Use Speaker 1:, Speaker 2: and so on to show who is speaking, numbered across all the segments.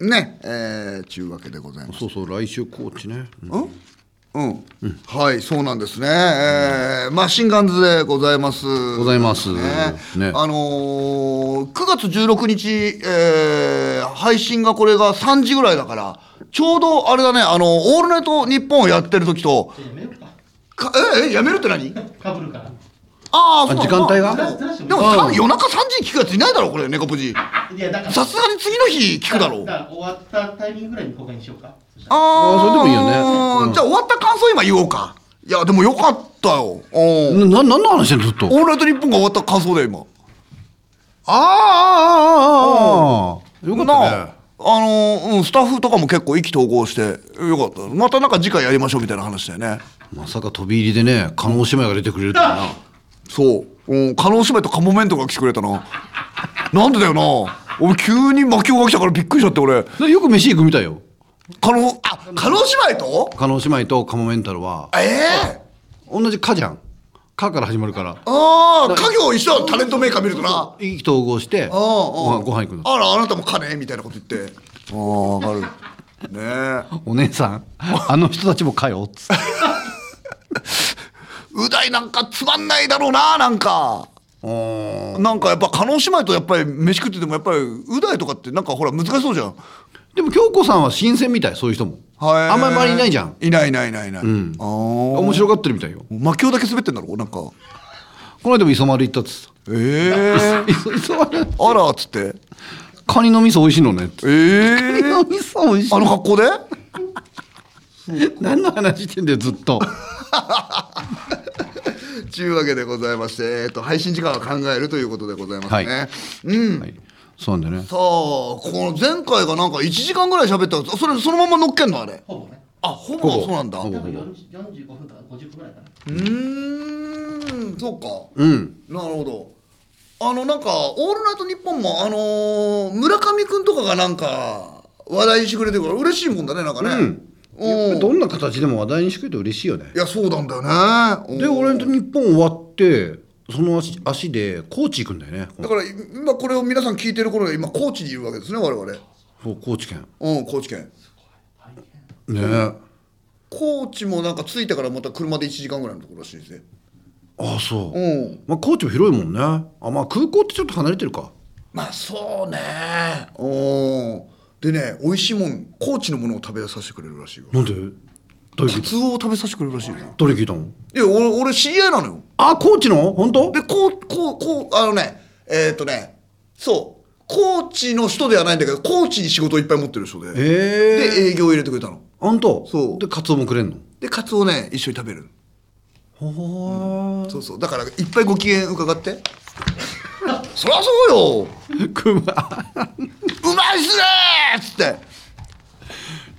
Speaker 1: ねえー、ちゅうわけでございます。
Speaker 2: そうそう、来週コーチね。うん
Speaker 1: うんうん、はい、そうなんですね。えー、マシンガンズでございます。ご
Speaker 2: ざいます
Speaker 1: ね。
Speaker 2: ね
Speaker 1: あのー、9月16日、えー、配信がこれが3時ぐらいだから、ちょうどあれだね、あの、オールナイト日本をやってる時と、
Speaker 3: やめようか。
Speaker 1: かえー、えやめるって何
Speaker 3: かぶるから。
Speaker 1: ああ、そう
Speaker 2: あ時間帯が
Speaker 1: まあでも、でも多分夜中3時に聞くやついないだろ、これ、ネコプジ。
Speaker 3: いや、だから。
Speaker 1: さすがに次の日聞くだろう。
Speaker 3: だから終わったタイミングぐらいに公開にしようか。そしたら
Speaker 1: あ
Speaker 2: あーそれでもいいよねうん
Speaker 1: じゃあ終わった感想今言おうか。いや、でもよかったよ。うん。
Speaker 2: な、なんの話してんのずっと。
Speaker 1: オールナイト日本が終わった感想だよ、今。
Speaker 2: ああ、ああ、ああ、ああ。よかっ
Speaker 1: な
Speaker 2: た
Speaker 1: あ
Speaker 2: ね。
Speaker 1: あのーうん、スタッフとかも結構意気投合して、よかった。またなんか次回やりましょうみたいな話だよね。
Speaker 2: まさか飛び入りでね、加納姉妹が出てくれるとは
Speaker 1: そう。うん、カノ姉妹とカモメントが来てくれたな。なんでだよな。俺急に魔境が来たからびっくりしちゃって、俺。
Speaker 2: な。でよく飯行くみたいよ。
Speaker 1: カノ、あ、カノ姉妹と
Speaker 2: 加納姉妹とカモメンタルは、
Speaker 1: ええ
Speaker 2: 同じ「か」じゃん「か」から始まるから
Speaker 1: ああ、家業一緒だタレントメーカー見るとな。
Speaker 2: 意気投合して
Speaker 1: ああ
Speaker 2: ご飯ご飯行くの
Speaker 1: あらあなたも金みたいなこと言ってああ分かる ねえ
Speaker 2: お姉さんあの人たちもかよっつって
Speaker 1: うだいなんかつまんないだろうななんかなんかやっぱ叶姉妹とやっぱり飯食っててもやっぱりうだいとかってなんかほら難しそうじゃん
Speaker 2: でも京子さんは新鮮みたいそういう人も
Speaker 1: はい
Speaker 2: あんまり周りいないじゃん
Speaker 1: いないいないいないいない、うん、ああ
Speaker 2: 面白がってるみたいよ
Speaker 1: 魔境だけ滑ってんだろなんか
Speaker 2: この間も磯丸行ったっつっ
Speaker 1: ええ
Speaker 2: てた磯磯丸
Speaker 1: あらっつって
Speaker 2: カニの味噌美味しいのねっつって
Speaker 1: ええ
Speaker 2: カニの 味噌美味しい
Speaker 1: あの格好で
Speaker 2: 何の話してんだよずっ と
Speaker 1: ちゅうわけでございまして、えっと、配信時間を考えるということでございますね、
Speaker 2: はい
Speaker 1: うん
Speaker 2: はいそうなんだよね
Speaker 1: さあこの前回がなんか1時間ぐらい喋ったんですそれそのまま乗っけんのあれ
Speaker 3: ほぼね。
Speaker 1: あほぼ
Speaker 2: ほぼ
Speaker 1: そうなんだ
Speaker 2: ほ
Speaker 1: う
Speaker 2: ぼ
Speaker 3: 多分40 45分とか50分ぐらいかな。
Speaker 1: ーんそうか、
Speaker 2: うん
Speaker 1: なるほどあのなんか「オールナイトニッポン」もあのー村上くんとかがなんか話題にしてくれてるから嬉しいもんだねなんかね
Speaker 2: うん
Speaker 1: うん
Speaker 2: どんな形でも話題にしてくれて嬉しいよね
Speaker 1: いやそうなんだよね
Speaker 2: で
Speaker 1: うん
Speaker 2: 俺と日本終わってその足足で高知行くんだよね
Speaker 1: だから今これを皆さん聞いてる頃には今高知にいるわけですね我々
Speaker 2: そう高知県
Speaker 1: うん高知県
Speaker 2: ね
Speaker 1: 高知もなんか着いてからまた車で1時間ぐらいのところらしいですね
Speaker 2: ああそう、
Speaker 1: うん
Speaker 2: まあ、高知も広いもんねあまあ空港ってちょっと離れてるか
Speaker 1: まあそうねおでね美味しいもん高知のものを食べさせてくれるらしいよ
Speaker 2: なんで誰聞
Speaker 1: カ
Speaker 2: いた
Speaker 1: ツオを食べさせてくれるらしいよい
Speaker 2: 誰聞いたの
Speaker 1: や俺俺知り合いなのよ
Speaker 2: あ高知の本当
Speaker 1: でこうこうこうあのねえっ、とねそう高知の人ではないんだけど高知に仕事をいっぱい持ってる人で
Speaker 2: ええ
Speaker 1: で営業を入れてくれたの
Speaker 2: 本当
Speaker 1: そう
Speaker 2: でカツオもくれんの
Speaker 1: でカツオをね一緒に食べる
Speaker 2: ほー
Speaker 1: そうそうだからいっぱいご機嫌伺って そりゃそうよ
Speaker 2: 熊
Speaker 1: うまいっすねーっつって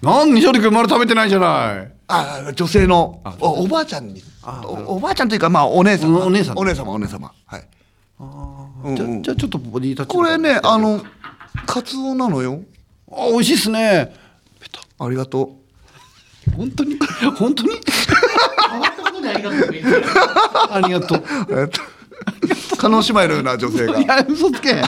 Speaker 2: なんにしょりくまだ食べてないじゃない
Speaker 1: あ女性のおおばあちゃんに
Speaker 2: あ
Speaker 1: おおばあちゃんというかまあお姉様
Speaker 2: おお姉様
Speaker 1: お姉様お姉様はいうん
Speaker 2: じゃ
Speaker 1: うん
Speaker 2: じゃあちょっとボディタッチ
Speaker 1: これねあのカツオなのよ
Speaker 2: あ美味しいっすねペタ
Speaker 1: ありがと
Speaker 2: 本当に 本当に
Speaker 3: 変わったことでありがとうございます。
Speaker 2: ありがとう
Speaker 1: うえっと 叶姉妹のような女性
Speaker 2: い
Speaker 1: が
Speaker 2: や嘘つけ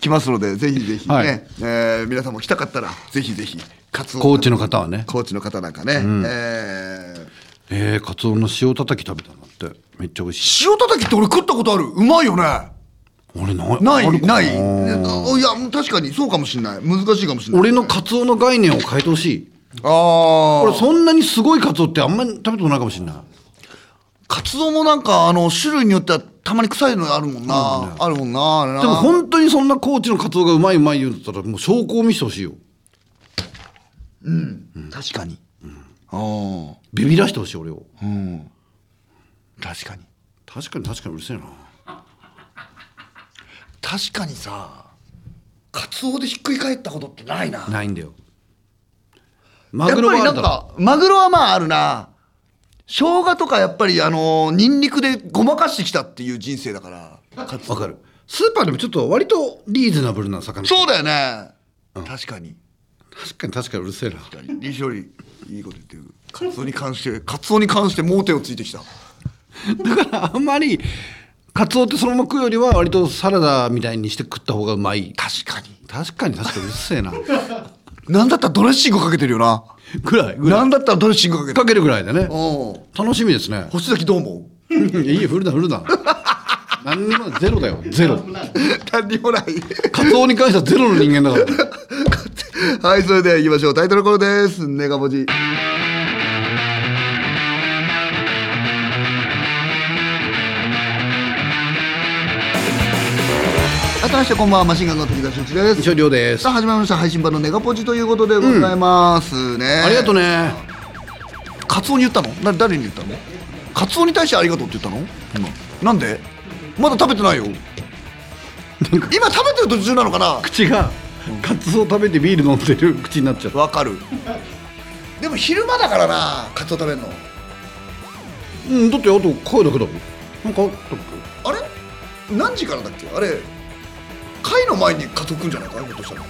Speaker 1: 来ますのでぜひぜひね、
Speaker 2: はい
Speaker 1: えー皆さんも来たかったらぜひぜひカツオ
Speaker 2: 高知の方はね
Speaker 1: 高知の方なんかね、え
Speaker 2: えー、カツオの塩たたき食べたんだってめっちゃ美味しい
Speaker 1: ー塩たたきって俺食ったことあるうまいよね
Speaker 2: 俺ない
Speaker 1: ない
Speaker 2: あるか
Speaker 1: ないいや確かにそうかもしれない難しいかもしれない
Speaker 2: 俺のカツオの概念を変えてほしい
Speaker 1: ああ
Speaker 2: 俺そんなにすごいカツオってあんまり食べたことないかもしれない
Speaker 1: カツオもなんかあの種類によってはたまに臭いのあるもんな、あるもんなあれな
Speaker 2: でも本当にそんな高知のカツオがうまいうまい言うんだったらもう証拠を見せてほしいよ
Speaker 1: 確かに、うん、
Speaker 2: ビビらしてほしい俺を
Speaker 1: 確かに
Speaker 2: 確かに確かにうるせえな
Speaker 1: 確かにさカツオでひっくり返ったことってないな
Speaker 2: ないんだよマ
Speaker 1: や
Speaker 2: グ
Speaker 1: っ
Speaker 2: ロ
Speaker 1: ぱ
Speaker 2: は
Speaker 1: りな
Speaker 2: ある
Speaker 1: ん
Speaker 2: だろ
Speaker 1: かマグロはまああるな生姜とかやっぱりあのニンニクでごまかしてきたっていう人生だからカツオ
Speaker 2: わかるスーパーでもちょっと割とリーズナブルな魚
Speaker 1: そうだよね、確かに
Speaker 2: 確かに確かにうるせえな
Speaker 1: 確かに西よりいいこと言ってるカツオに関してカツオに関して盲点をついてきた
Speaker 2: だからあんまりカツオってそのまま食うよりは割とサラダみたいにして食った方がうまい
Speaker 1: 確かに
Speaker 2: 確かに確かにうるせえな
Speaker 1: なんだったらドレッシングかけてるよな。
Speaker 2: ぐらいぐらい
Speaker 1: なんだったらドレッシングかけてる。
Speaker 2: かけるぐらいだね
Speaker 1: うん。
Speaker 2: 楽しみですね
Speaker 1: 星崎どう思う
Speaker 2: いいよ振るな振るな何にもゼロだよゼロ
Speaker 3: 危ない
Speaker 1: 何にもない。
Speaker 2: カツオに関してはゼロの人間だから
Speaker 1: はい、それでは行きましょう。タイトルコールです。ネガポジ。改めましてこんばんはマシンガンの富田俊一です
Speaker 2: 一応量です
Speaker 1: さあ始まりました配信版のネガポジということでございます、ね
Speaker 2: ありがとう
Speaker 1: ね
Speaker 2: ね
Speaker 1: カツオに言ったのな誰に言ったのカツオに対してありがとうって言ったの今なんでまだ食べて ないよ今食べてる途中なのかな
Speaker 2: 口がカツオ食べてビール飲んでる口になっちゃった
Speaker 1: わかるでも昼間だからなカツオ食べるの
Speaker 2: うんだってあと声だけだもんなんかあったっ
Speaker 1: あれ何時からだっけあれ会の前にカツオ食うんじゃないかなひょっとしたら
Speaker 2: け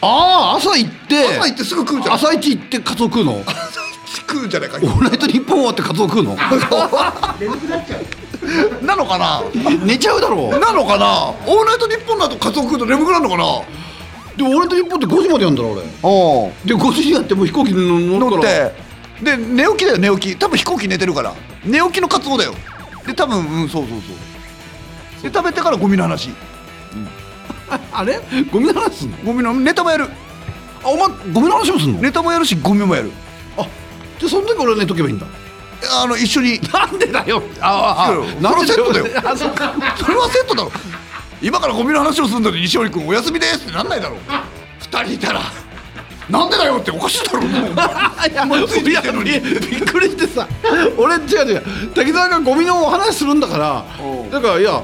Speaker 2: ああ朝行って
Speaker 1: 朝行ってすぐ食うんじゃない
Speaker 2: 朝一行ってカツオ食うのオー
Speaker 1: 朝一食うんじゃないか
Speaker 2: ルナイト日本終わってカツ オ食うの
Speaker 3: 眠くなっちゃう
Speaker 1: なのかな
Speaker 2: 寝ちゃうだろ
Speaker 1: なのかなオールナイト日本だとカツオ食うと眠くなるのかなあ
Speaker 2: でもオールナイト日本って5時までやんだろ俺で
Speaker 1: あ
Speaker 2: 5時にやってもう飛行機に乗
Speaker 1: 乗っ
Speaker 2: るから
Speaker 1: てで寝起きだよ寝起き多分飛行機寝てるから寝起きのカツオだよで多分うんそうそうそうで食べてからゴミの話
Speaker 2: あれゴミの話すんの
Speaker 1: ゴミのネタもやる
Speaker 2: あお前ゴミの話もすんの、
Speaker 1: ネタもやるしゴミもやる
Speaker 2: あじゃあその時俺は寝とけばいいんだ
Speaker 1: あの一緒に
Speaker 2: なんでだよあ
Speaker 1: いやいやそれはセットだよ
Speaker 2: あそうか
Speaker 1: それはセットだろ今からゴミの話をするのに西織君お休みですってなんないだろ二人いたらなんでだよっておか しいだろもう
Speaker 2: いやもうついてきてんのにびっくりしてさ俺違う違う滝沢がゴミのお話するんだから
Speaker 1: おう
Speaker 2: だからいや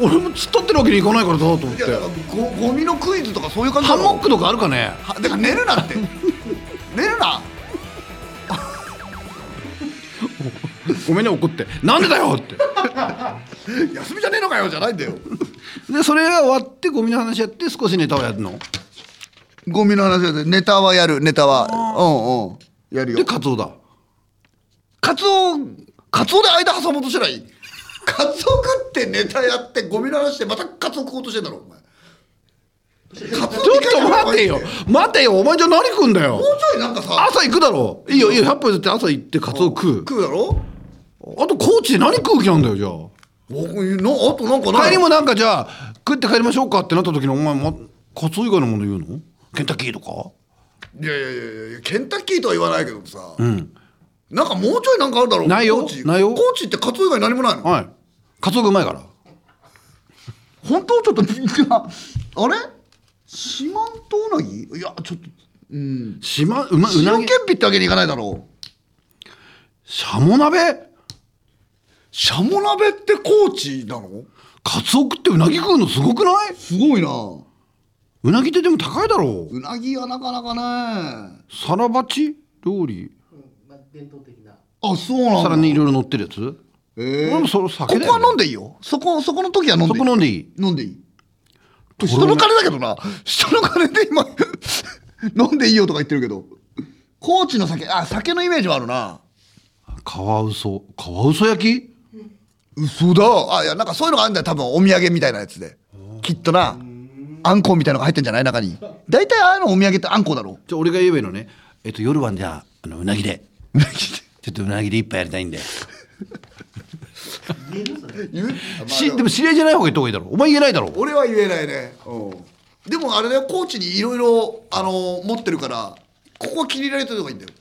Speaker 2: 俺も突っ立ってるわけにいかないからさと思っ
Speaker 1: い
Speaker 2: て
Speaker 1: やだからゴゴミのクイズとかそういう感じ
Speaker 2: ハ
Speaker 1: だ
Speaker 2: ン
Speaker 1: ろ
Speaker 2: モックとかあるかね
Speaker 1: はだから寝るなって寝るな
Speaker 2: ごめんね怒ってなんでだよって
Speaker 1: 休みじゃねえのかよじゃないんだよ
Speaker 2: でそれが終わってゴミの話やって少しネタをやるの
Speaker 1: ゴミの話でネタはやるネタはうんうんやる
Speaker 2: で
Speaker 1: よ
Speaker 2: カツオだ
Speaker 1: カツオカツオで間挟もうとしてない カツオ食ってネタやってゴミの話でまたカツオ食おうとしてんだろお前カツ
Speaker 2: ちょっと待て
Speaker 1: も
Speaker 2: よ
Speaker 1: う
Speaker 2: 待てよお前じゃ何食うんだよ
Speaker 1: ちょいなんかさ
Speaker 2: 朝行くだろいいよいいよ100歩譲って朝行ってカツオ食う
Speaker 1: 食うだろ
Speaker 2: あと高知で何食う気なんだよじゃあ
Speaker 1: おいなあとなんかない
Speaker 2: 帰りもなんかじゃあ食って帰りましょうかってなった時にお前、ま、カツオ以外のもの言うのケンタッキーとか
Speaker 1: いやいやいやいやケンタッキーとは言わないけどさ、なんかもうちょいなんかあるだろ
Speaker 2: ないよ
Speaker 1: 高知
Speaker 2: ないよ
Speaker 1: 高知ってカツオ以外何もないの
Speaker 2: はいカツオがうまいから
Speaker 1: 本当ちょっとみんなあれ四万十うなぎいやちょっとうん
Speaker 2: 島うまうな
Speaker 1: 塩
Speaker 2: ぎ
Speaker 1: けんぴってわけにいかないだろう
Speaker 2: シャモ鍋
Speaker 1: シャモ鍋って高知なの
Speaker 2: カツオ食ってうなぎ食うのすごくない
Speaker 1: すごいな
Speaker 2: うなぎってでも高いだろう
Speaker 1: うなぎはなかなかね
Speaker 2: サラバチ料理
Speaker 3: うんまあ伝統的な
Speaker 1: あそうなんだ
Speaker 2: 皿にいろいろ乗ってるやつ
Speaker 1: え
Speaker 2: 俺
Speaker 1: ー
Speaker 2: もそれ酒
Speaker 1: こ
Speaker 2: だよね
Speaker 1: こは飲んでいいよそこそこの時は飲ん
Speaker 2: そ
Speaker 1: でいい
Speaker 2: こ飲んでいい
Speaker 1: 飲んでいい人の金だけどな人の金で今 飲んでいいよとか言ってるけど高知の酒あ酒のイメージはあるな
Speaker 2: カワウソカワウソ焼き
Speaker 1: 嘘だあいやなんかそういうのがあるんだよ多分お土産みたいなやつできっとなあんこみたいのが入ってんじゃない中に大体ああいうのお土産ってあんこだろ
Speaker 2: じゃあ俺が言えばいいのねえっと夜晩じゃああのうなぎで
Speaker 1: うなぎで
Speaker 2: ちょっとうなぎで一杯やりたいんで
Speaker 3: 言えるそれ
Speaker 1: 言う
Speaker 2: しでも知り合いじゃない方が言った方がいいだろうお前言えないだろう
Speaker 1: 俺は言えないねでもあれだよ高知にいろいろあの持ってるからここは気に入られてるのがいいんだよ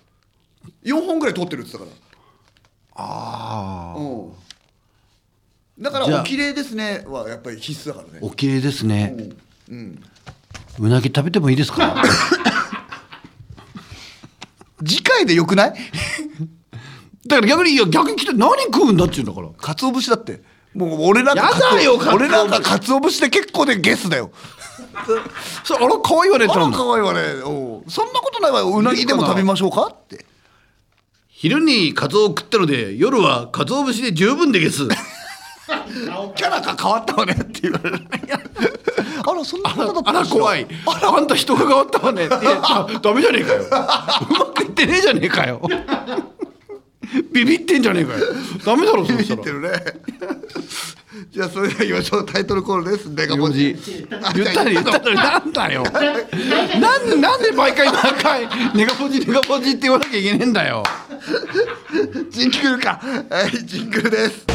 Speaker 1: 4本ぐらい取ってるって言ってたから
Speaker 2: ああ
Speaker 1: うん、だか
Speaker 2: じゃ
Speaker 1: ら「
Speaker 2: あ
Speaker 1: お綺麗ですね」はやっぱり必須だからね
Speaker 2: お綺麗ですね、うなぎ食べてもいいですか
Speaker 1: 次回でよくない
Speaker 2: だから逆にいや逆に来て何食うんだっちゅうんだから
Speaker 1: 鰹節だってもう俺なんか
Speaker 2: やだ
Speaker 1: 鰹
Speaker 2: よ鰹節
Speaker 1: 俺なんか鰹節で結構でゲスだよ
Speaker 2: それあら可愛いわね
Speaker 1: あ
Speaker 2: ってな
Speaker 1: ら
Speaker 2: るの
Speaker 1: 可愛いわねおうそんなことないわようなぎでも食べましょうか って
Speaker 2: 昼にカツオを食ったので夜はカツオ節で十分でゲ ス
Speaker 3: 青
Speaker 1: キャラが変わったわねって言われるあらそんなことだった
Speaker 2: あら 怖いあらあんた人が変わった わねっていやあダメじゃねえかようまくいってねえじゃねえか よビビってんじゃねえかよダメだろそ
Speaker 1: ビ
Speaker 2: した
Speaker 1: ビって
Speaker 2: ら
Speaker 1: るね じゃあそれでは行きましょうタイトルコールですデカ
Speaker 2: 四
Speaker 1: 文
Speaker 2: 字
Speaker 1: 字
Speaker 2: 言ったり言ったのになんだよなんでなんで毎回毎回ネガポジネガポジって言わなきゃいけねえんだよ
Speaker 1: ジングルかはいジングルです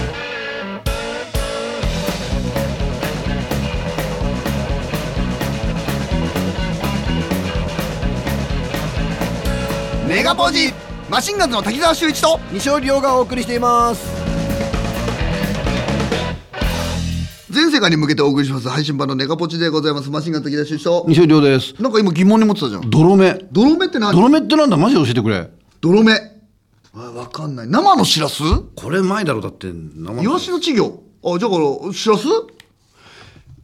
Speaker 1: ネガポジマシンガンズの滝沢秀一と
Speaker 4: 西尾亮がお送りしています
Speaker 1: 全世界に向けてお送りします配信版のネガポジでございますマシンガンズ滝沢秀一と
Speaker 2: 西尾亮です
Speaker 1: なんか今疑問に思ってたじゃん
Speaker 2: 泥目
Speaker 1: 泥目って何
Speaker 2: 泥目ってなんだマジで教えてくれ
Speaker 1: 泥目あわかんない生のしらす
Speaker 2: これ前だろだって生
Speaker 1: イワシの稚魚あじゃあからしらす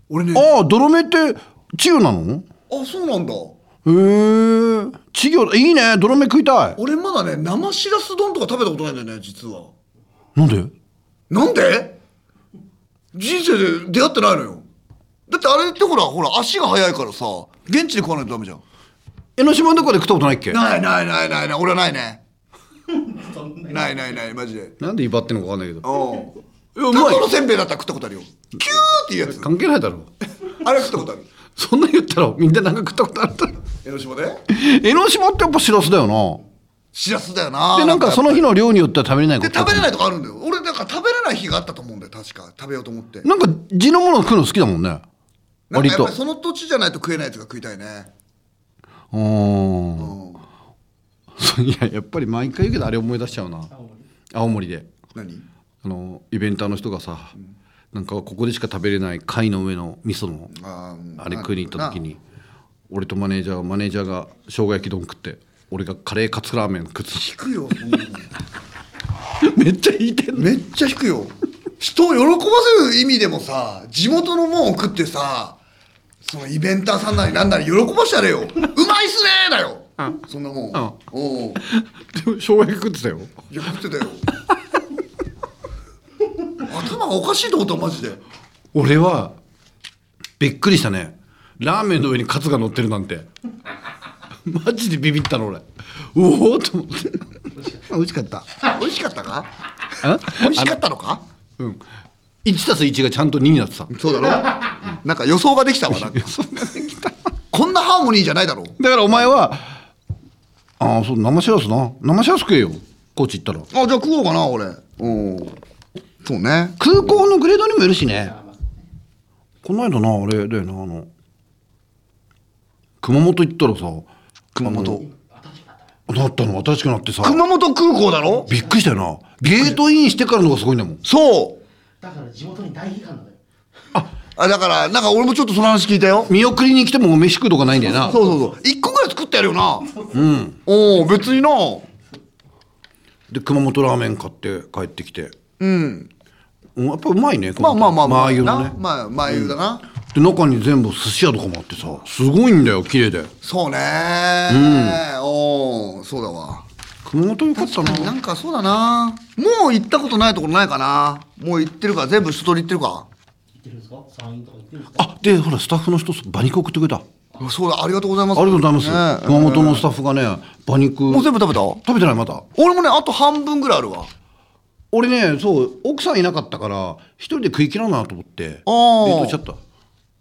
Speaker 1: 俺ね
Speaker 2: ああ泥目って稚魚なの
Speaker 1: あそうなんだ
Speaker 2: へえ稚魚いいね泥目食いたい
Speaker 1: 俺まだね生しらす丼とか食べたことないんだよね実は
Speaker 2: なんで
Speaker 1: なんで人生で出会ってないのよだってあれってほらほら足が速いからさ現地で食わないとダメじゃん
Speaker 2: 江ノ島のとこで食ったことないっけ
Speaker 1: ないないないないない俺はないね
Speaker 3: そんな
Speaker 1: ないないないマジで
Speaker 2: なんで威張ってんのかわかんないけど
Speaker 1: おう
Speaker 2: いやう
Speaker 1: タ
Speaker 2: まい
Speaker 1: コのせんべいだったら食ったことあるよキューっていうやつ
Speaker 2: 関係ないだろ
Speaker 1: あれは食ったことある
Speaker 2: そんな言ったらみんななんか食ったことあるだろ
Speaker 1: 江ノ島で
Speaker 2: 江ノ島ってやっぱしらすだよな
Speaker 1: しらすだよな
Speaker 2: でなんかその日の量によっては食べれないこ
Speaker 1: で
Speaker 2: と
Speaker 1: 食べれないとかあるんだよ俺だから食べれない日があったと思うんだよ確か食べようと思って
Speaker 2: なんか地のもの食うの好きだもんね
Speaker 1: なん
Speaker 2: 割
Speaker 1: かやっ
Speaker 2: と
Speaker 1: ぱりその土地じゃないと食えないやつが食いたいね
Speaker 2: うーん
Speaker 1: うん
Speaker 2: そういややっぱり毎回言うけどあれ思い出しちゃうな
Speaker 3: 青森
Speaker 2: 青森で
Speaker 1: 何
Speaker 2: あのイベンターの人がさ、なんかここでしか食べれない貝の上の味噌の
Speaker 1: あー
Speaker 2: あれ食いに行った時に俺とマネージャーマネージャーが生姜焼き丼食って俺がカレーカツラーメン食って
Speaker 1: 引くよそんなの
Speaker 2: めっちゃ引いてんの
Speaker 1: めっちゃ引くよ人を喜ばせる意味でもさ地元のもんを食ってさそのイベンターさんなりなんなり喜ばしてやれようまいっすねーだよそんなもん
Speaker 2: ん
Speaker 1: おう
Speaker 2: でも生姜焼き食ってたよ
Speaker 1: いや食ってた よ頭がおかしいと思ったマジで
Speaker 2: 俺はびっくりしたねラーメンの上にカツが乗ってるなんてマジでビビったの俺うおーと思って
Speaker 1: 美味しかった美味しかったか
Speaker 2: あ
Speaker 1: 美味しかったのか
Speaker 2: うん1たす1がちゃんと2になってた
Speaker 1: そう だろなんか 予想ができたわなんかこんなハーモニーじゃないだろ
Speaker 2: だからお前は「ああそう生しらすな生しらす食えよ高知行ったら
Speaker 1: あじゃあ食おうかな俺うんそうね
Speaker 2: 空港のグレードにもよるしねこの間なあれだよなあの熊本行ったらさ
Speaker 1: 熊本
Speaker 2: なったの新しくなってさ
Speaker 1: 熊本空港だろ
Speaker 2: びっくりしたよなゲートインしてからのがすごいんだもん
Speaker 1: そう
Speaker 3: だから地元に大批判なのよ
Speaker 1: あだからなんか俺もちょっとその話聞いたよ
Speaker 2: 見送りに来ても飯食うとかないんだよな
Speaker 1: そうそうそう一個ぐらい作ってやるよな
Speaker 2: うん
Speaker 1: おお別にな
Speaker 2: で熊本ラーメン買って帰ってきて
Speaker 1: うん
Speaker 2: うんやっぱうまいね
Speaker 1: まあまあまあ
Speaker 2: まああいう
Speaker 1: な
Speaker 2: のね
Speaker 1: まあまあ言うだな、
Speaker 2: で中に全部寿司屋とかもあってさすごいんだよ綺麗で
Speaker 1: そうねー、おおそうだわ
Speaker 2: 熊本よかったな
Speaker 1: なんかそうだなもう行ったことないところないかなもう行ってるから全部一通り行ってるか
Speaker 3: 行ってるんですか山陰とか行ってるんですか
Speaker 2: あでほらスタッフの人馬肉送ってくれたあ
Speaker 1: うわそうだありがとうございま
Speaker 2: り
Speaker 1: す
Speaker 2: がとうございます、
Speaker 1: ねえ
Speaker 2: 熊本のスタッフがね馬肉
Speaker 1: もう全部食べた
Speaker 2: 食べてないまだ
Speaker 1: 俺もねあと半分ぐらいあるわ
Speaker 2: 俺ねそう奥さんいなかったから一人で食い切らなと思って冷
Speaker 1: あー
Speaker 2: 凍しちゃった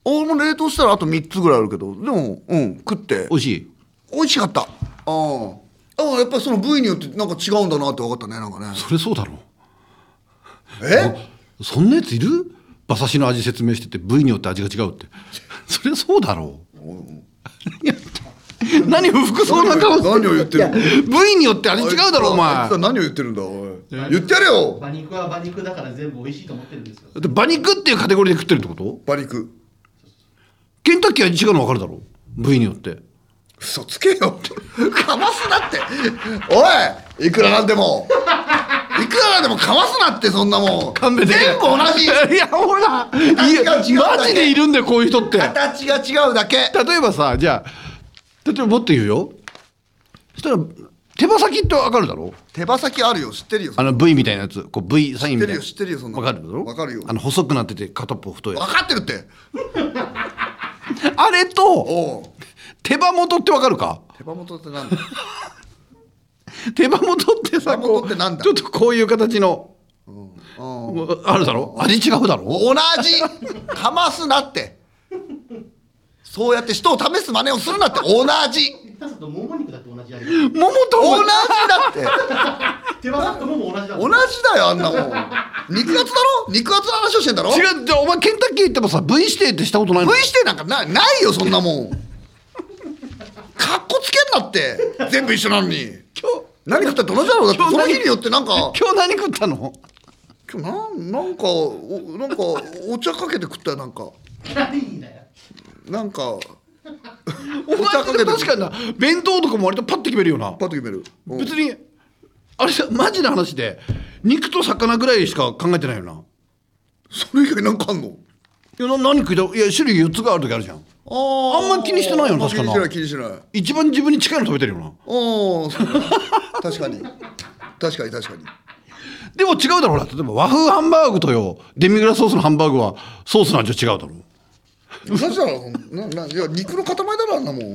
Speaker 1: 俺も冷凍したらあと3つぐらいあるけどでもうん食って
Speaker 2: 美味しい
Speaker 1: 美味しかったあああやっぱりその部位によってなんか違うんだなって分かったねなんかね
Speaker 2: それそうだろ
Speaker 1: え
Speaker 2: そんなやついる馬刺しの味説明してて部位によって味が違うって そりゃそうだろいや 何不服そうな顔して
Speaker 1: 何を言ってる
Speaker 2: いや部位によって味違うだろお前
Speaker 1: あいつは
Speaker 2: だ
Speaker 1: 何を言ってるんだおい言ってやれよ
Speaker 3: 馬肉は馬肉だから全部美味しいと思ってるんですよ
Speaker 2: って馬肉っていうカテゴリーで食ってるってこと
Speaker 1: 馬肉
Speaker 2: ケンタッキーは違うの分かるだろ部位によって
Speaker 1: 嘘つけよかますなっておいいくらなんでもいくらなんでもかますなってそんなもん
Speaker 2: 勘弁できない
Speaker 1: 全部同じ
Speaker 2: いやほらいや
Speaker 1: 違う違う
Speaker 2: マジでいるんだよこういう人って例
Speaker 1: 形が違うだけ
Speaker 2: えばさじゃあ例えばもっと言うよそしたら手羽先って分かるだろ
Speaker 1: 手羽先あるよ知ってるよ
Speaker 2: あの V みたいなやつこう V サインみたいな
Speaker 1: 知ってるよ知ってるよそんな
Speaker 2: 分
Speaker 1: の
Speaker 2: かるだろ
Speaker 1: わかるよ
Speaker 2: あの細くなってて片っぽ太いや
Speaker 1: 分
Speaker 2: つ
Speaker 1: かってるって
Speaker 2: あれと
Speaker 1: おう
Speaker 2: 手羽元って分かるか
Speaker 1: 手羽元ってなんだ
Speaker 2: 手羽元って
Speaker 1: 手
Speaker 2: さ
Speaker 1: 羽元
Speaker 2: こ
Speaker 1: っ
Speaker 2: う
Speaker 1: てなんだ
Speaker 2: ちょっとこういう形の
Speaker 1: うん
Speaker 2: あるだろ味違うだろ
Speaker 1: 同じかますなってそうやって人を試す真似をするなって同じ
Speaker 3: タさんともも肉だって同じやり
Speaker 2: 桃と
Speaker 1: 同じだって
Speaker 3: 手羽先ともも同じだ
Speaker 1: 同じだよあんなもん肉厚だろ肉厚の話をしてんだろ
Speaker 2: 違うじゃあお前ケンタッキー行ってもさ V 指定ってしたことないの
Speaker 1: V してなんかなないよそんなもんかっこつけんなって全部一緒なのに
Speaker 2: 今日
Speaker 1: 何食ったって同じだろうだって
Speaker 2: 今日
Speaker 1: その
Speaker 2: 何
Speaker 1: 日によってなんか
Speaker 2: 今日何食ったの
Speaker 1: 今日なんなんかおなんかお茶かけて食ったよなんか
Speaker 3: 何だよ
Speaker 1: なんか
Speaker 2: お前って確かにな弁当とかも割とパッと決めるよな
Speaker 1: パッと決める、うん
Speaker 2: 別にあれさマジな話で肉と魚ぐらいしか考えてないよな
Speaker 1: それ以外なんかあんの
Speaker 2: いやな何食いたいや種類4つがある時あるじゃん
Speaker 1: あ
Speaker 2: あんま気にしてないよな
Speaker 1: あんま
Speaker 2: 確かな
Speaker 1: 気にしてない気にしてない
Speaker 2: 一番自分に近いの食べてるよな
Speaker 1: おお確かに確かに確かに
Speaker 2: でも違うだろうな例えば和風ハンバーグとよデミグラスソースのハンバーグはソースの味は違うだろう
Speaker 1: 同じだろなないや肉の塊だろあんなもん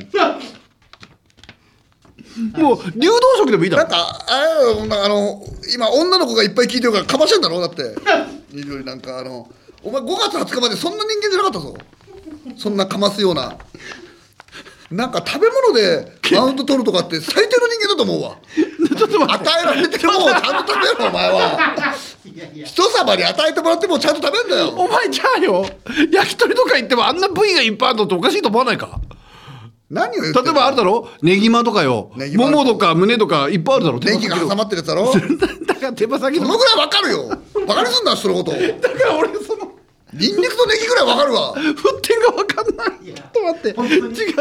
Speaker 2: もう流動食でもいいだ
Speaker 1: な
Speaker 2: ろ
Speaker 1: んかあれだろなんかあの今女の子がいっぱい聞いてるからかましてんだろだって非常になんかあのお前5月20日までそんな人間じゃなかったぞそんなかますようななんか食べ物でマウント取るとかって最低の人間だと思うわ
Speaker 2: ちょっと待って
Speaker 1: 与えられてもちゃんと食べろお前はい
Speaker 3: やいや
Speaker 1: 人様に与えてもらってもちゃんと食べんだよ
Speaker 2: お前じゃあよ焼き鳥とか行ってもあんな部位がいっぱいあるのっておかしいと思わないか
Speaker 1: 何を言って
Speaker 2: 例
Speaker 1: ん
Speaker 2: え
Speaker 1: の
Speaker 2: ばあるだろネギマとかよ
Speaker 1: ネギマ
Speaker 2: ももとか胸とかいっぱいあるだろ
Speaker 1: 電気が挟まってるやつだろその
Speaker 2: だから 手羽先の
Speaker 1: ぐらいわかるよバカにすんな人のこと
Speaker 2: だから俺その
Speaker 1: ニンニクとネギぐらいわかるわ
Speaker 2: 沸点が分かんない
Speaker 3: い
Speaker 2: ち
Speaker 3: や
Speaker 2: ょっと待って
Speaker 3: 本当に
Speaker 2: 違う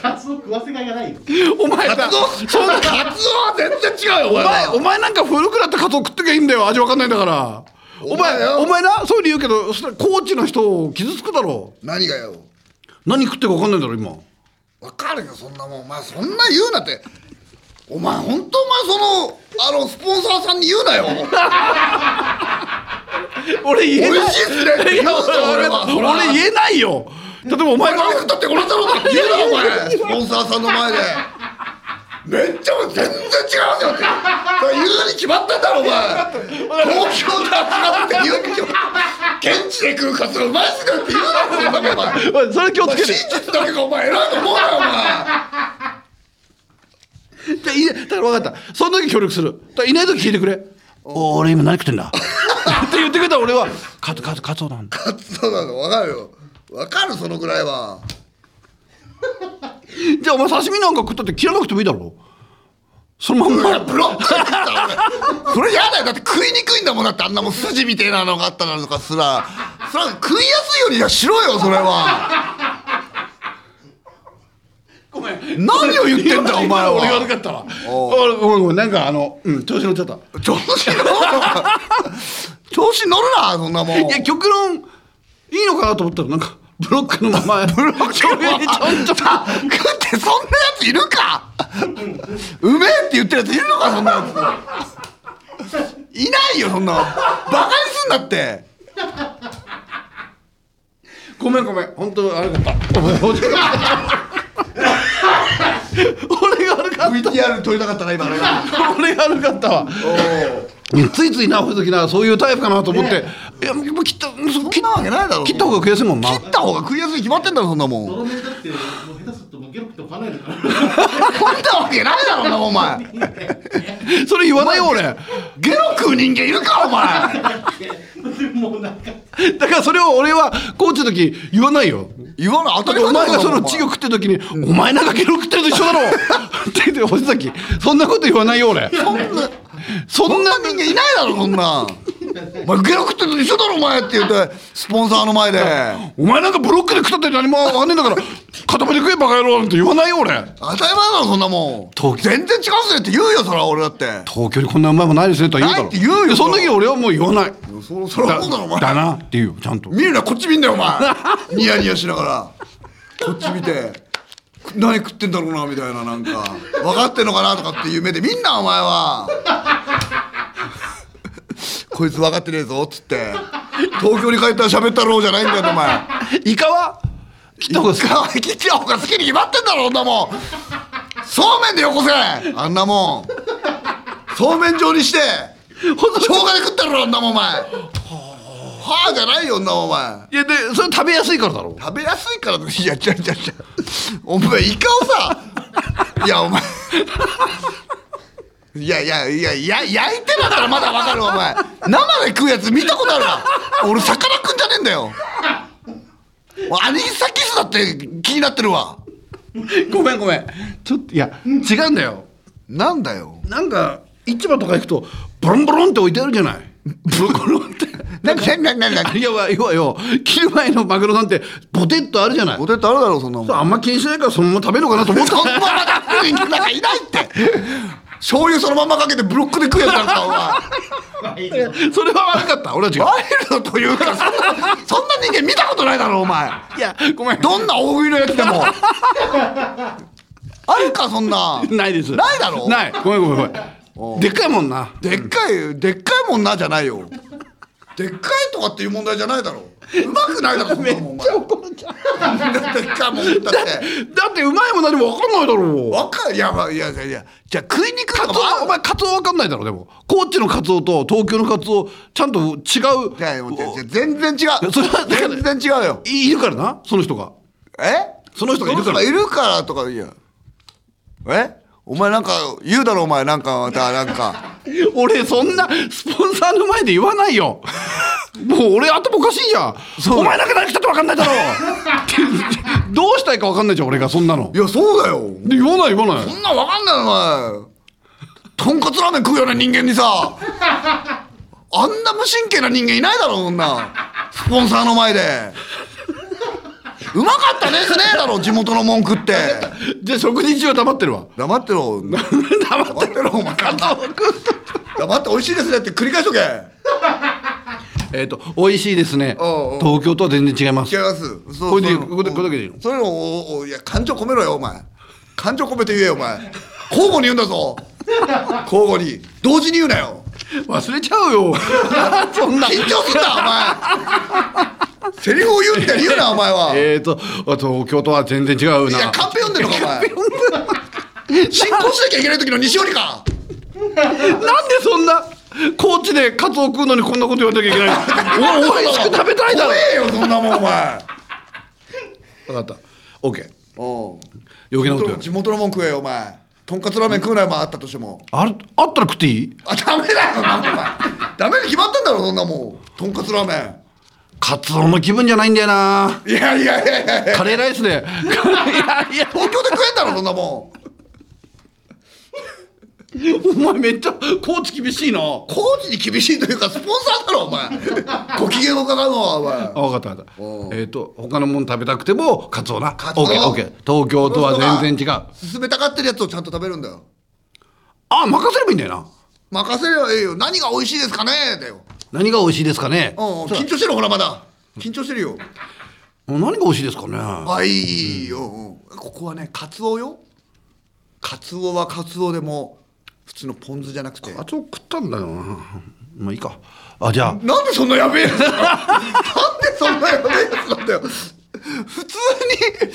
Speaker 3: カツオ食わせがいがないよ
Speaker 2: 違うお前
Speaker 1: カ
Speaker 2: さ
Speaker 1: ツオ
Speaker 2: そ
Speaker 1: そ
Speaker 2: ん
Speaker 1: ん
Speaker 2: な
Speaker 1: なカツオは全然違うよお
Speaker 2: お
Speaker 1: 前
Speaker 2: 前
Speaker 1: は
Speaker 2: お前なんか古くなったカツオ食ってきゃいいんだよ味分かんないんだからお
Speaker 1: お前
Speaker 2: 前
Speaker 1: よ
Speaker 2: お前なそういうふうに言うけどそしたら高知の人を傷つくだろ
Speaker 1: 何がよ
Speaker 2: 何食ってるか分かんないんだろ今
Speaker 1: わかるよそんなもんお前そんな言うなってお前本当お前そのあのスポンサーさんに言うなよ
Speaker 2: 俺言えない
Speaker 1: 美味しいっすねって
Speaker 2: い
Speaker 1: 言う
Speaker 2: や
Speaker 1: ぞ
Speaker 2: 俺
Speaker 1: 俺はほら
Speaker 2: 俺言えないよ例えばお
Speaker 1: お前
Speaker 2: 前が
Speaker 1: 何食ったってこれだろうって言うなお前スポンサーさんの前でめっちゃ全然違うんだよってそれ言うに決まってんだろお前東京で扱って言うに決まって現地で食うカツがうまいっすねって言うなよお前
Speaker 2: おいそれ気をつけて
Speaker 1: 真実だけがお前偉いと思うなよお前
Speaker 2: じゃあいいだから分かったその時協力するだからいない時聞いてくれお俺今何食ってん だって言ってくれたら俺はカツカツカツオなんだ
Speaker 1: カツオなの分かるよ分かるそのぐらいは
Speaker 2: じゃあお前刺身なんか食ったって切らなくてもいいだろそのまん
Speaker 1: うわ
Speaker 2: ま
Speaker 1: ブロックだった俺それやだよだって食いにくいんだもんだってあんなもん筋みたいなのがあったらとかすらそら食いやすいようにはしろよそれは
Speaker 2: ごめん
Speaker 1: 何を言ってんだお前は
Speaker 2: 俺が悪かったわ
Speaker 1: お
Speaker 2: 俺ごめんごめんなんかあの、うん、調子乗っちゃった
Speaker 1: 調子乗るな調子乗るなそんなもん
Speaker 2: いや極論いいのかなと思ったらなんかブロックのままブロックちょいちょいちょ
Speaker 1: 食
Speaker 2: い
Speaker 1: ってそんなやついるかうめえって言ってるやついるのかそんなやついないよそんなバカにすんなって
Speaker 2: ごめんごめん本当悪かった俺が悪かっ
Speaker 1: VTR 撮りたかったな今の
Speaker 2: た俺が悪かったわいやついついなこういう時なそういうタイプかなと思って、いやもう切ったそう
Speaker 1: そ
Speaker 2: 切
Speaker 1: んなわけないだろ
Speaker 2: 切った方が食いやすいもんな
Speaker 1: 切った方が食いやすいに決まってんだろそんなもん
Speaker 3: 泥麺だってもう下手するともうゲロ食ってもかないのか
Speaker 1: 食ったわけないだろうなお前
Speaker 3: らいやい
Speaker 2: それ言わないよ俺だ
Speaker 1: ゲロ食う人間いるかお前
Speaker 3: やもうなんか
Speaker 2: からそれを俺はコーチの時言わないよ
Speaker 1: 言わない当た
Speaker 2: だって
Speaker 1: り
Speaker 2: お
Speaker 1: 前だ
Speaker 2: 前
Speaker 1: ろ
Speaker 2: がその
Speaker 1: お前
Speaker 2: 稚魚食ってる時に「お前なんかゲロ食ってると一緒だろ!」って言って星崎そんなこと言わないよ俺
Speaker 1: そんな
Speaker 2: そ
Speaker 1: そ
Speaker 2: ん
Speaker 1: ん
Speaker 2: な
Speaker 1: な人間いないだろそんなお前ゲロ食ってると一緒だろお前って言ってスポンサーの前で
Speaker 2: お前なんかブロックで食ったって何もあんねえんだから固めて食えバカ野郎なんて言わないよ俺
Speaker 1: 当たり前だろそんなもん
Speaker 2: 東京
Speaker 1: 全然違うぜって言うよそれは俺だって
Speaker 2: 東京にこんなうまいもんないですねとは言うだろ
Speaker 1: ないって言うよ
Speaker 2: その時俺はもう言わない
Speaker 1: そろそろそうだろお前
Speaker 2: だなって言うよちゃんと
Speaker 1: 見るなこっち見んだよお前ニヤニヤしながらこっち見て何食ってんだろうなみたいななんか分かってんのかなとかっていう目で見んなお前はこいつ分かってねえぞっつって東京に帰ったら喋ったろうじゃないんだよお前
Speaker 2: イカは切った方が好き
Speaker 1: 可愛い切っちゃう方が好きに決まってんだろそんなもん そうめんでよこせあんなもんそうめん状にして生姜で食ったろあんなもんお前はあじゃないよんなもんお前
Speaker 2: いやでそれ食べやすいからだろ
Speaker 1: 食べやすいからだいやちゃちゃちゃお前イカをさいやお前いやいやいやいや焼いてるならまだわかるお前生で食うやつ見たことあるわ俺魚くんじゃねえんだよアニサキスだって気になってるわ
Speaker 2: ごめんごめんちょっといや違うんだよ
Speaker 1: なんだよ
Speaker 2: なんか市場とか行くとボロンボロンって置いてあるじゃないボロンボロンって
Speaker 1: なんかなんなんなん
Speaker 2: あいや要はよ切る前のマグロなんてボテッとあるじゃない
Speaker 1: ポテトあるだろそんなもん
Speaker 2: あんま気にしないからそのまま食べるのかなと思った
Speaker 1: そんなまだ食いに行くなんかいないって醤油そのままかけてブロックで食うやつなんかお前
Speaker 3: ワイル ド
Speaker 2: それは悪かった俺は違
Speaker 1: ワイルドというかそんなそんな人間見たことないだろお前
Speaker 2: ういやごめん
Speaker 1: どんな大食いのやつで もあるかそんな
Speaker 2: ないです
Speaker 1: ないだろ
Speaker 2: ないごめんごめんごめ
Speaker 1: お
Speaker 2: ん
Speaker 1: う
Speaker 2: でっかいもんな
Speaker 1: でっかいでっかいもんなじゃないよでっかいとかっていう問題じゃないだろうまくないだろそんなもんお前でっかいもんだって
Speaker 2: だってうまいも何も分かんないだろ
Speaker 1: 若いいやまあいやいやいやじゃあ食いにくい
Speaker 2: カ
Speaker 1: と
Speaker 2: ツ
Speaker 1: かも
Speaker 2: オお
Speaker 1: あ
Speaker 2: 前カツオ分かんないだろでも高知のカツオと東京のカツオちゃんと違う
Speaker 1: いやいやもう違う全然違う
Speaker 2: それはだから
Speaker 1: 全然違うよ
Speaker 2: いいるからなその人が
Speaker 1: え
Speaker 2: その人がいるか
Speaker 1: その人
Speaker 2: ら
Speaker 1: がいるからとかいやえお前なんか言うだろお前なんかまたなんか
Speaker 2: 俺そんなスポンサーの前で言わないよ もう俺頭おかしいじゃんお前だけ何来たって分かんないだろ ってどうしたいか分かんないじゃん俺がそんなの
Speaker 1: いやそうだよ
Speaker 2: で言わない言わない
Speaker 1: そんなんわかんないよお前とんかつラーメン食うような人間にさあんな無神経な人間いないだろそんなスポンサーの前でうまかったですねだろ地元の文句って
Speaker 2: じゃあ食事中は黙ってるわ
Speaker 1: 黙ってろ
Speaker 2: 黙っ
Speaker 1: 黙ってろお前黙って美味しいですねって繰り返しとけ
Speaker 2: てえっと美味しいですね
Speaker 1: おうおう
Speaker 2: 東京とは全然違います
Speaker 1: 違います
Speaker 2: これで
Speaker 1: そう
Speaker 2: これでこれだけでいいの
Speaker 1: そういうのをおおいや感情込めろよお前感情込めて言えよお前交互に言うんだぞ交互に同時に言うなよ
Speaker 2: 忘れちゃうよ そんな
Speaker 1: 緊張すんなお前セリフを言うみたいに言うなお前は、
Speaker 2: えっとあ東京とは全然違うない
Speaker 1: やカンペ読んでるのかお前進行しなきゃいけない時の西織か
Speaker 2: なんでそんな高知でカツオ食うのにこんなこと言わなきゃいけないの お美味しく食べたいだろ
Speaker 1: 怖えよそんなもんお前
Speaker 2: 分かった OK
Speaker 1: お
Speaker 2: 余計なこと言わない
Speaker 1: 地元のもん食えよお前とんかつラーメン食うなよお前あったとしても
Speaker 2: あるあったら食っていい
Speaker 1: あダメだよなんかお前ダメに決まったんだろそんなもんとんかつラーメ
Speaker 2: カツオの気分じゃないんだよな
Speaker 1: ンいやいやいやいやいや
Speaker 2: カレーライスでいやいや
Speaker 1: 東京で食えんだろそんなもん
Speaker 2: お前めっちゃ高知厳しいなあ
Speaker 1: 工事に厳しいというかスポンサーだろお前ご機嫌を伺うのはお前
Speaker 2: 分かった分かった
Speaker 1: おう
Speaker 2: えっ、と他のもの食べたくてもカツオな
Speaker 1: カツオ
Speaker 2: OKOK 東京とは全然違う
Speaker 1: 進めたがってるやつをちゃんと食べるんだよ
Speaker 2: あ任せればいいんだよな
Speaker 1: 任せればいいよ何が美味しいですかねだよ、
Speaker 2: 何が美味しいですかね
Speaker 1: うんうん、緊張してるほらまだ緊張してるよ
Speaker 2: 何が美味しいですかね
Speaker 1: あいいよ、うんここはねカツオよカツオはカツオでも普通のポン酢じゃなくて
Speaker 2: カツオ食ったんだよなまあいいかあじゃあ
Speaker 1: なんでそんなやべえやつなんでそんなやべえやつなんだよ普通に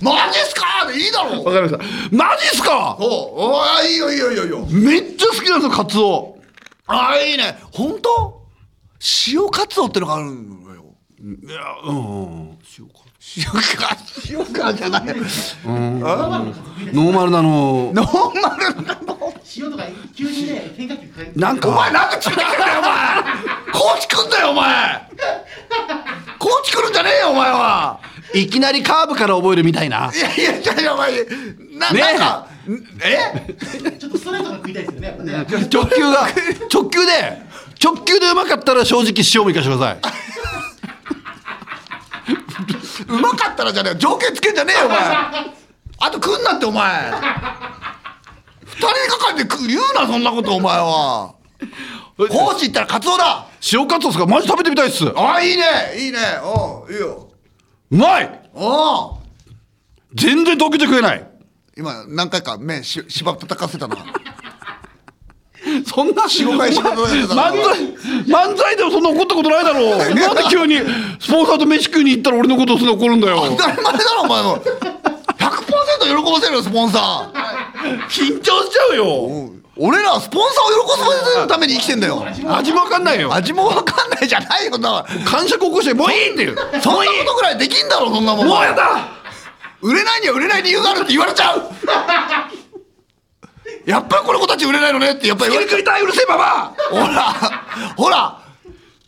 Speaker 1: 「マジっすか!」でいいだろ
Speaker 2: わかりましたマジっすか
Speaker 1: おおあいいよいいよいいよいいよ
Speaker 2: めっちゃ好きなんですよカツオ
Speaker 1: あいいね本当塩カツオってのがあるのよ
Speaker 2: いやうんうん塩か
Speaker 1: 塩カ塩カじゃない
Speaker 2: ノーマルなの
Speaker 1: ノーマルなの
Speaker 3: 塩とか急にね変化球変えて
Speaker 2: なん
Speaker 1: お前
Speaker 2: か
Speaker 1: なんでついてくんだよお前コーチくんだよお前コーチくるんじゃねえよお前はい
Speaker 2: きなりカーブから覚えるみたいない
Speaker 1: やいやいやいやお前な,、
Speaker 2: ねえ
Speaker 1: なんかんえ
Speaker 3: ちょっとストレートが食いたいですよねやっぱね
Speaker 2: 直球が直球で直球でうまかったら正直塩もいかしてくださ
Speaker 1: うまかったらじゃねえよ条件つけんじゃねえ よお前あとくんなってお前二人がかりでく言うなそんなことお前はいコーチ行ったらカツオだ
Speaker 2: 塩カツオですかマジ食べてみたいっすう
Speaker 1: あいいねいいねおういいよ
Speaker 2: まい
Speaker 1: おう
Speaker 2: 全然溶けて食えない
Speaker 1: 今何回か目し芝叩かせたな
Speaker 2: そんな
Speaker 1: 45回仕事やってた
Speaker 2: 漫才漫才でもそんな怒ったことないだろうなんで急にスポンサーと飯食いに行ったら俺のことをそんな怒るんだよ
Speaker 1: 当たり前だろお前も100%喜ばせるよスポンサー
Speaker 2: 緊張しちゃうよ
Speaker 1: うん俺らはスポンサーを喜ばせるために生きてんだよ
Speaker 2: 味もわかんないよ
Speaker 1: 味もわかんないじゃないよな
Speaker 2: 感触起こしてもういいっていう
Speaker 1: そんなことぐらいできんだろそんなもん
Speaker 2: もうやだ
Speaker 1: 売れないには売れない理由があるって言われちゃ うやっぱりこの子たち売れないのねってやっぱり言われちゃう
Speaker 2: りたいうるせえババ
Speaker 1: ほらほら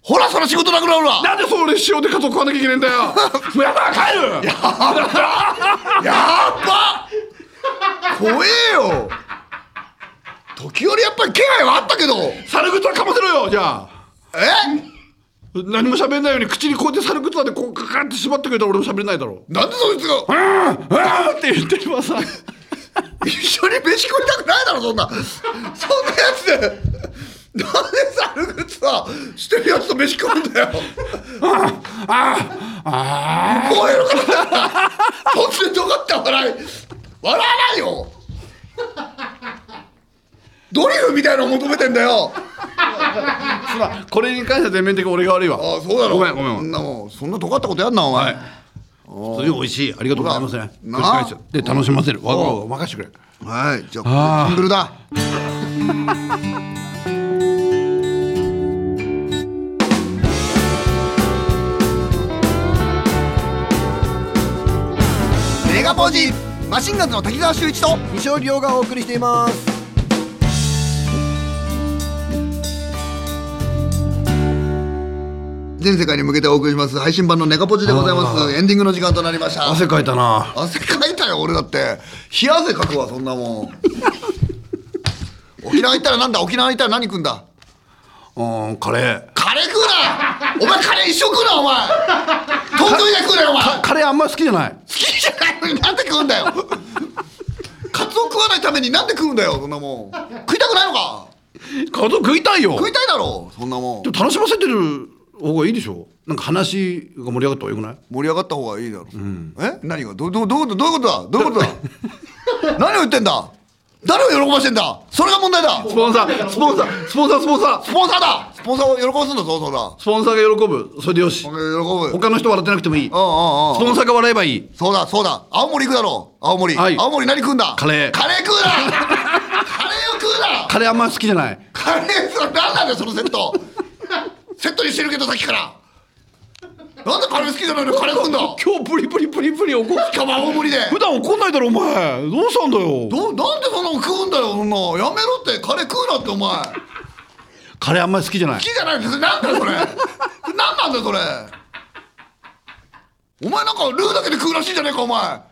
Speaker 1: ほらその仕事なくなるわ
Speaker 2: なんでそれ塩で家族買わなきゃいけないんだよもうやだ帰る
Speaker 1: やっば怖えよ時折やっぱり気配はあったけど
Speaker 2: 猿グッズはかませろよじゃあ
Speaker 1: え
Speaker 2: 何も喋んないように口にこうやって猿グッズでこうカカって縛ってくれたら俺も喋れないだろう
Speaker 1: なんでそいつが
Speaker 2: あーって言ってればさ
Speaker 1: 一緒に飯食いたくないだろそんなそんなやつでなんでさルグッズさしてるやつと飯食うんだよ
Speaker 2: あーあ
Speaker 1: こういうのかと思った突然どかって笑い笑わないよドリフみたいなの求めてんだよ
Speaker 2: ーすまんこれに関しては全面的に俺が悪いわ
Speaker 1: ああそうだろ
Speaker 2: ごめんごめん
Speaker 1: そんなもんそんなどかったことやんなお前、
Speaker 2: はい普通に美味しいありがとうございますね
Speaker 1: な
Speaker 2: 繰り返してで楽しませるわがわが任してくれ
Speaker 1: はい、じゃあ、
Speaker 2: あー
Speaker 1: シングルだ。メガポージ、マシンガンズの滝沢秀一と。
Speaker 4: 西尾亮がお送りしています
Speaker 1: 全世界に向けてお送りします。配信版のネガポジでございます。エンディングの時間となりました。
Speaker 2: 汗かいたな
Speaker 1: 汗かいたよ、俺だって。冷や汗かくわ、そんなもん。沖縄行ったらなんだ沖縄行ったら何食うんだ
Speaker 2: うんカレー
Speaker 1: カレー食うなお前カレー一生食うなお前東京以外食うなよお前
Speaker 2: かカレーあんまり好きじゃない
Speaker 1: 好きじゃないのになんで食うんだよカツオ食わないためになんで食うんだよそんなもん食いたくないのか
Speaker 2: 家族食いたいよ
Speaker 1: 食いたいだろそんなもん
Speaker 2: でも楽しませてる方がいいでしょなんか話が盛り上がった方がよくない
Speaker 1: 盛り上がった方がいいだろ、え何がどどどういうことどういうことだどういうことだ何を言ってんだ誰を喜ばしてんだそれが問題だ
Speaker 2: スポンサースポンサースポンサースポンサー
Speaker 1: スポンサーだスポンサーを喜ばすんだぞそうだ
Speaker 2: スポンサーが喜ぶそれでよし
Speaker 1: 喜ぶうんうんうん
Speaker 2: 他の人笑ってなくてもいいスポンサーが笑えばいい
Speaker 1: そうだそうだ青森行くだろ青森、
Speaker 2: はい
Speaker 1: 青森何食うんだ
Speaker 2: カレー
Speaker 1: カレー食うなカレーを食うな
Speaker 2: カレーあんまり好きじゃない
Speaker 1: カレーそれ何なんだよそのセットセットにしてるけどさっきからなんでカレー好きじゃないのにカレー食うんだ
Speaker 2: 今日プリプリプリプリ怒っ
Speaker 1: しかも青森で
Speaker 2: 普段怒んないだろお前どうしたんだよ
Speaker 1: どなんでそんなの食うんだよそんなやめろってカレー食うなってお前好
Speaker 2: カレーあんまり好きじゃない
Speaker 1: きじゃないのそれなんだよそれ何なんだよそれお前なんかルーだけで食うらしいじゃねえかお前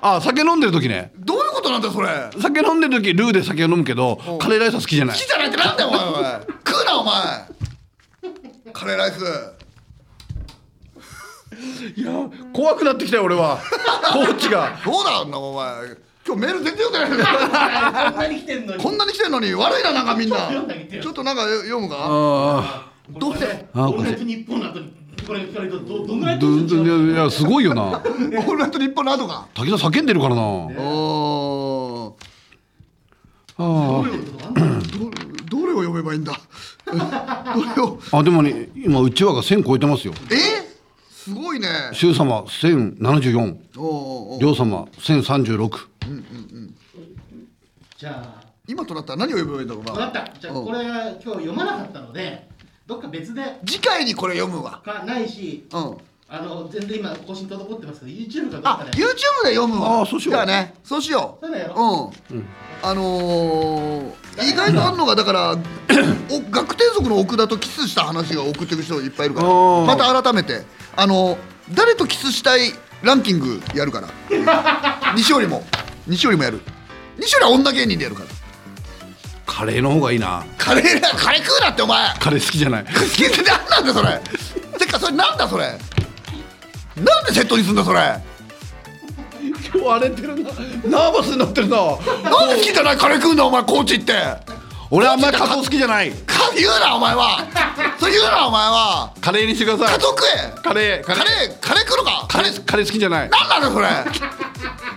Speaker 2: あ酒飲んでる時ね
Speaker 1: どういうことなんだよそれ好
Speaker 2: 酒飲んでる時ルーで酒を飲むけどカレーライスは好きじゃない
Speaker 1: きじゃないってなんだよお前お前食うなお前カレーライス
Speaker 2: いや怖くなってきたよ俺 はコーチが
Speaker 1: どうだあんなお前今日メール全然読んでないね
Speaker 3: あんなに来てんのに
Speaker 1: こんなに来てるのに悪いななんかみんな
Speaker 3: ちょっと読んであげてよ
Speaker 1: ちょっとなんか読むか
Speaker 2: あ
Speaker 1: どうして
Speaker 3: オールナイトニッポンの後にこれ聞かれるとどどんぐら
Speaker 2: あ
Speaker 3: い飛んじゃう
Speaker 2: いやすごいよな
Speaker 1: オールナイト日本の後か
Speaker 2: 滝沢叫んでるからな
Speaker 1: おー
Speaker 2: あ
Speaker 3: どういうことあんの
Speaker 1: どどれを読めばいいんだえどれを
Speaker 2: ああでもね今うちわが1000超えてますよ
Speaker 1: えすごいね
Speaker 2: 柊様1074
Speaker 1: おーおーおー
Speaker 2: 亮様1036
Speaker 3: じゃあ
Speaker 1: 今となったら何を読めばいいんだろう
Speaker 3: 分かっ
Speaker 1: な
Speaker 3: たじゃあこれは今日読まなかったのでどっか別で
Speaker 1: 次回にこれ読むわ
Speaker 3: かないし
Speaker 1: うん
Speaker 3: あの全然今更新滞ってますけど YouTube かどっ
Speaker 1: あ
Speaker 3: か
Speaker 1: YouTube
Speaker 3: で
Speaker 1: で読むわ
Speaker 2: あーそうしよう
Speaker 1: じゃあねそうしよう
Speaker 3: そうだよ
Speaker 1: うん、あのー、意外とあんのがだからお学天族の奥田とキスした話が送ってくる人いっぱいいるから
Speaker 2: あー
Speaker 1: また改めてあのー誰とキスしたいランキングやる から西織も西織もやる西織は女芸人でやるから
Speaker 2: カレーの方がいいな
Speaker 1: カレーカレー食うなってお前
Speaker 2: カレー好きじゃない
Speaker 1: 好きって何なんだそれてかそれなんだそれなんでセットにすんだそれ
Speaker 2: 今日荒れてるなナーバスになってるな
Speaker 1: なんで好きじゃないカレー食うんだお前コーチって
Speaker 2: 俺あんまりカツオ好きじゃない
Speaker 1: か言うなお前 はそれ言うなお前は
Speaker 2: カレーにしてくださ
Speaker 1: 家
Speaker 2: い
Speaker 1: 族へ
Speaker 2: カレーカ
Speaker 1: カ
Speaker 2: レー
Speaker 1: レーカレー食うのかカ
Speaker 2: カ
Speaker 1: レ
Speaker 2: レ
Speaker 1: ー
Speaker 2: ーカレー好きじゃない
Speaker 1: 何なんだよそれ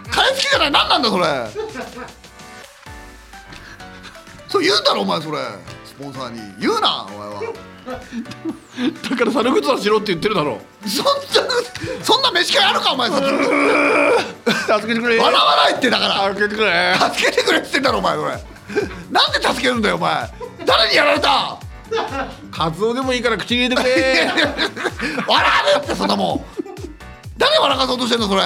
Speaker 1: カレー好きじゃない何なんだよそれそれ言うだろお前それスポンサーに言うなお前は
Speaker 2: だから猿靴はしろって言ってるだろう
Speaker 1: そんなそんな飯会あるかお前さ笑
Speaker 2: 助けてくれ
Speaker 1: わないってだか
Speaker 2: 助けてくれ
Speaker 1: ら助けてくれって言ってんだろお前それなんで助けるんだよお前誰にやられた
Speaker 2: カツオでもいいから口に入れてくれ
Speaker 1: 笑わねえってそんなもん誰笑かそうとしてんのそれ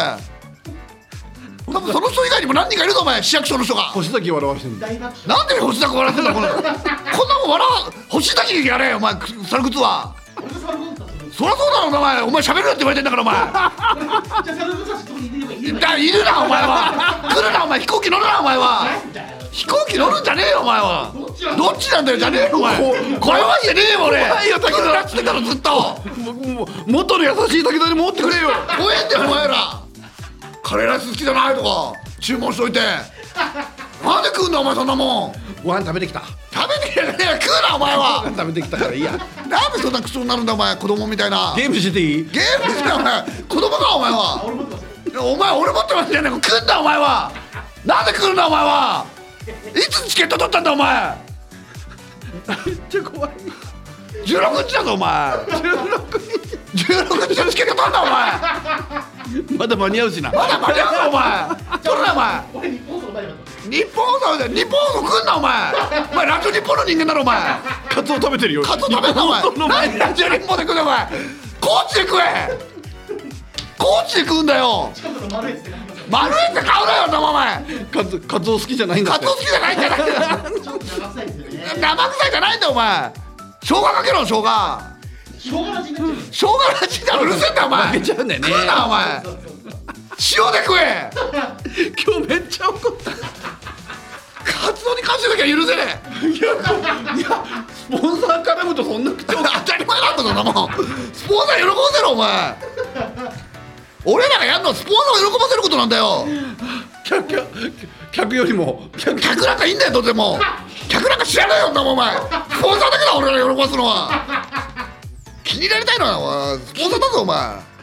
Speaker 1: 多分その人以外にも何人かいるぞお前市役所の人が
Speaker 2: 星崎笑わしてんだ
Speaker 3: 大爆笑
Speaker 1: なんで星田君笑ってんだこのこんなもん笑わ星田君やれお前猿靴は
Speaker 3: 俺サルゴンサス
Speaker 1: そりゃそうだろお前お前喋るなって言われてんだからお前
Speaker 3: じゃあサルゴンサス取り入れればいいの
Speaker 1: だいるなお前は来るなお前飛行機乗るなお前は
Speaker 3: なんだよ
Speaker 1: 飛行機乗るんじゃねえよお前は
Speaker 3: どっちなんだ
Speaker 1: どっちなんだよじゃねえよお前
Speaker 2: こ
Speaker 1: これはじゃねえよ俺
Speaker 2: 怖いよ
Speaker 1: 来るなっつってたろずっと
Speaker 2: もも元の優しい武田に戻ってくれよ
Speaker 1: 怖えんだよお前らカレーライス好きじゃないとか注文しといてなんで食うんだお前そんなもん
Speaker 2: ご飯食べてきた
Speaker 1: 食べてきてねえよ食うなお前は
Speaker 2: 食べてきたからいいや
Speaker 1: なんでそんな口調になるんだお前子供みたいなゲ
Speaker 2: ゲームしていい
Speaker 1: ームしてお前子供かお前は
Speaker 3: あ俺持ってますよ
Speaker 1: お前俺持ってますじゃねえか来んだお前はなんで来るんだお前はいつチケット取ったんだお前
Speaker 2: めっちゃ怖い
Speaker 1: 16日だぞお前16日のチケット取ったお前
Speaker 2: まだ間に合うしな
Speaker 1: まだ間に合うぞお前取るなお前
Speaker 3: 俺日本と同じだっ
Speaker 1: 日本放送で日本放送来んなお前お前ラジオ日本の人間だろお前
Speaker 2: カツオ食べてるよ
Speaker 1: カツオ食べんなお前
Speaker 2: 日本の前
Speaker 1: 何ラジオ日本で食うんだお前高知で食え高知で食うんだよ
Speaker 3: たしかもその丸いやつって書いてますよ
Speaker 1: 丸いって買うなよ生お前
Speaker 2: カツカツオ好きじゃないんだ
Speaker 1: カ
Speaker 2: っ
Speaker 1: ツ
Speaker 2: て
Speaker 1: オ好きじゃないんじゃないんだよ
Speaker 3: ちょっと長臭いですよね
Speaker 1: 生臭いじゃないんだよお前生姜かけろ生姜
Speaker 3: 生姜の味になっちゃう
Speaker 1: 生姜らしいだろうるせえんだよお前
Speaker 2: 負けちゃうんだよね
Speaker 1: 食うなお前
Speaker 3: そうそうそう
Speaker 1: 塩で食え
Speaker 2: 今日めっちゃ怒った
Speaker 1: カツオに関してだけは許せね
Speaker 2: スポンサー絡むとそんな口
Speaker 1: え当たり前なんだぞそんなもんスポンサー喜ばせろお前俺らがやるのはスポンサーを喜ばせることなんだよ
Speaker 2: 客客客よりも客
Speaker 1: 客なんかいいんだよどうでも客なんか知らないよんなもんお前スポンサーだけだ俺ら喜ばすのは気に入られたいのはお前スポンサーだぞお前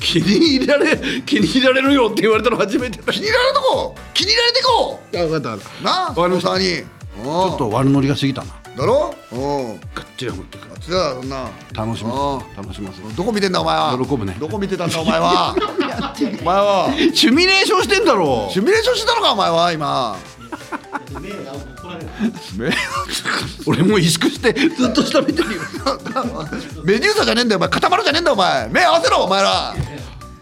Speaker 2: 気に入れられ気に入れられるよって言われたの初めてだ
Speaker 1: 気に入られるとこ気に入られていこ
Speaker 2: あ分かった
Speaker 1: うなあス
Speaker 2: わか
Speaker 1: ポ
Speaker 2: りま
Speaker 1: ン
Speaker 2: した
Speaker 1: サーに
Speaker 2: ちょ
Speaker 1: ょ
Speaker 2: っと悪ノリが過ぎたな
Speaker 1: だろうん
Speaker 2: ガッチリハマってくる
Speaker 1: じゃあそんな
Speaker 2: 楽し
Speaker 1: あ
Speaker 2: ま
Speaker 1: ー
Speaker 2: す楽します
Speaker 1: どこ見てんだお前は
Speaker 2: 喜ぶね
Speaker 1: どこ見てたんだお前 はお前は
Speaker 2: シミュレーションしてんだろ
Speaker 1: シミュレーションしてたのかお前は今
Speaker 3: そう目が合うと怒られる
Speaker 2: 俺もう萎縮してずっと下見て るよ
Speaker 1: メデューサじゃねえんだよお前固まるじゃねえんだよお前目合わせろお前ら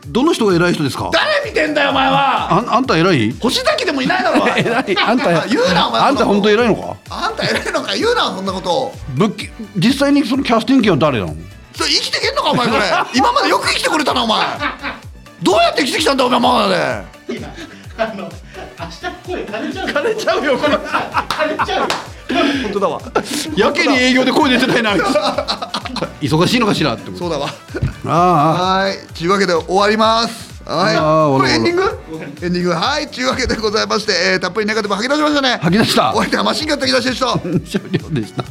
Speaker 2: どの人が偉い人ですか
Speaker 1: 誰見てんだよお前は
Speaker 2: あんあんた偉い
Speaker 1: 星崎でもいないだろお前
Speaker 2: いあんた
Speaker 1: 言うなお前
Speaker 2: あんた本当偉いのか
Speaker 1: あんた偉いのか言うなそんなこと
Speaker 2: ぶっき実際にそのキャスティング権は誰なの
Speaker 1: それ生きてけんのかお前これ今までよく生きてくれたなお前どうやって生きてきたんだお前まだね
Speaker 3: 今あの明日声枯れちゃう
Speaker 2: 枯れちゃうよこれ
Speaker 3: 枯れちゃうよ
Speaker 1: 本当だわ
Speaker 2: やけに営業で声出てないなあいつ忙しいのかしらってこと
Speaker 1: そうだわ
Speaker 2: あ
Speaker 1: はいというわけで終わりますはい
Speaker 2: あー
Speaker 1: これエンディ
Speaker 2: 終
Speaker 1: ングエンディングはいというわけでございまして、えー、たっぷりネガティブ吐き出しましたね
Speaker 2: あ吐き出した
Speaker 1: お相手はマシンガン滝出しでした
Speaker 2: 終了でした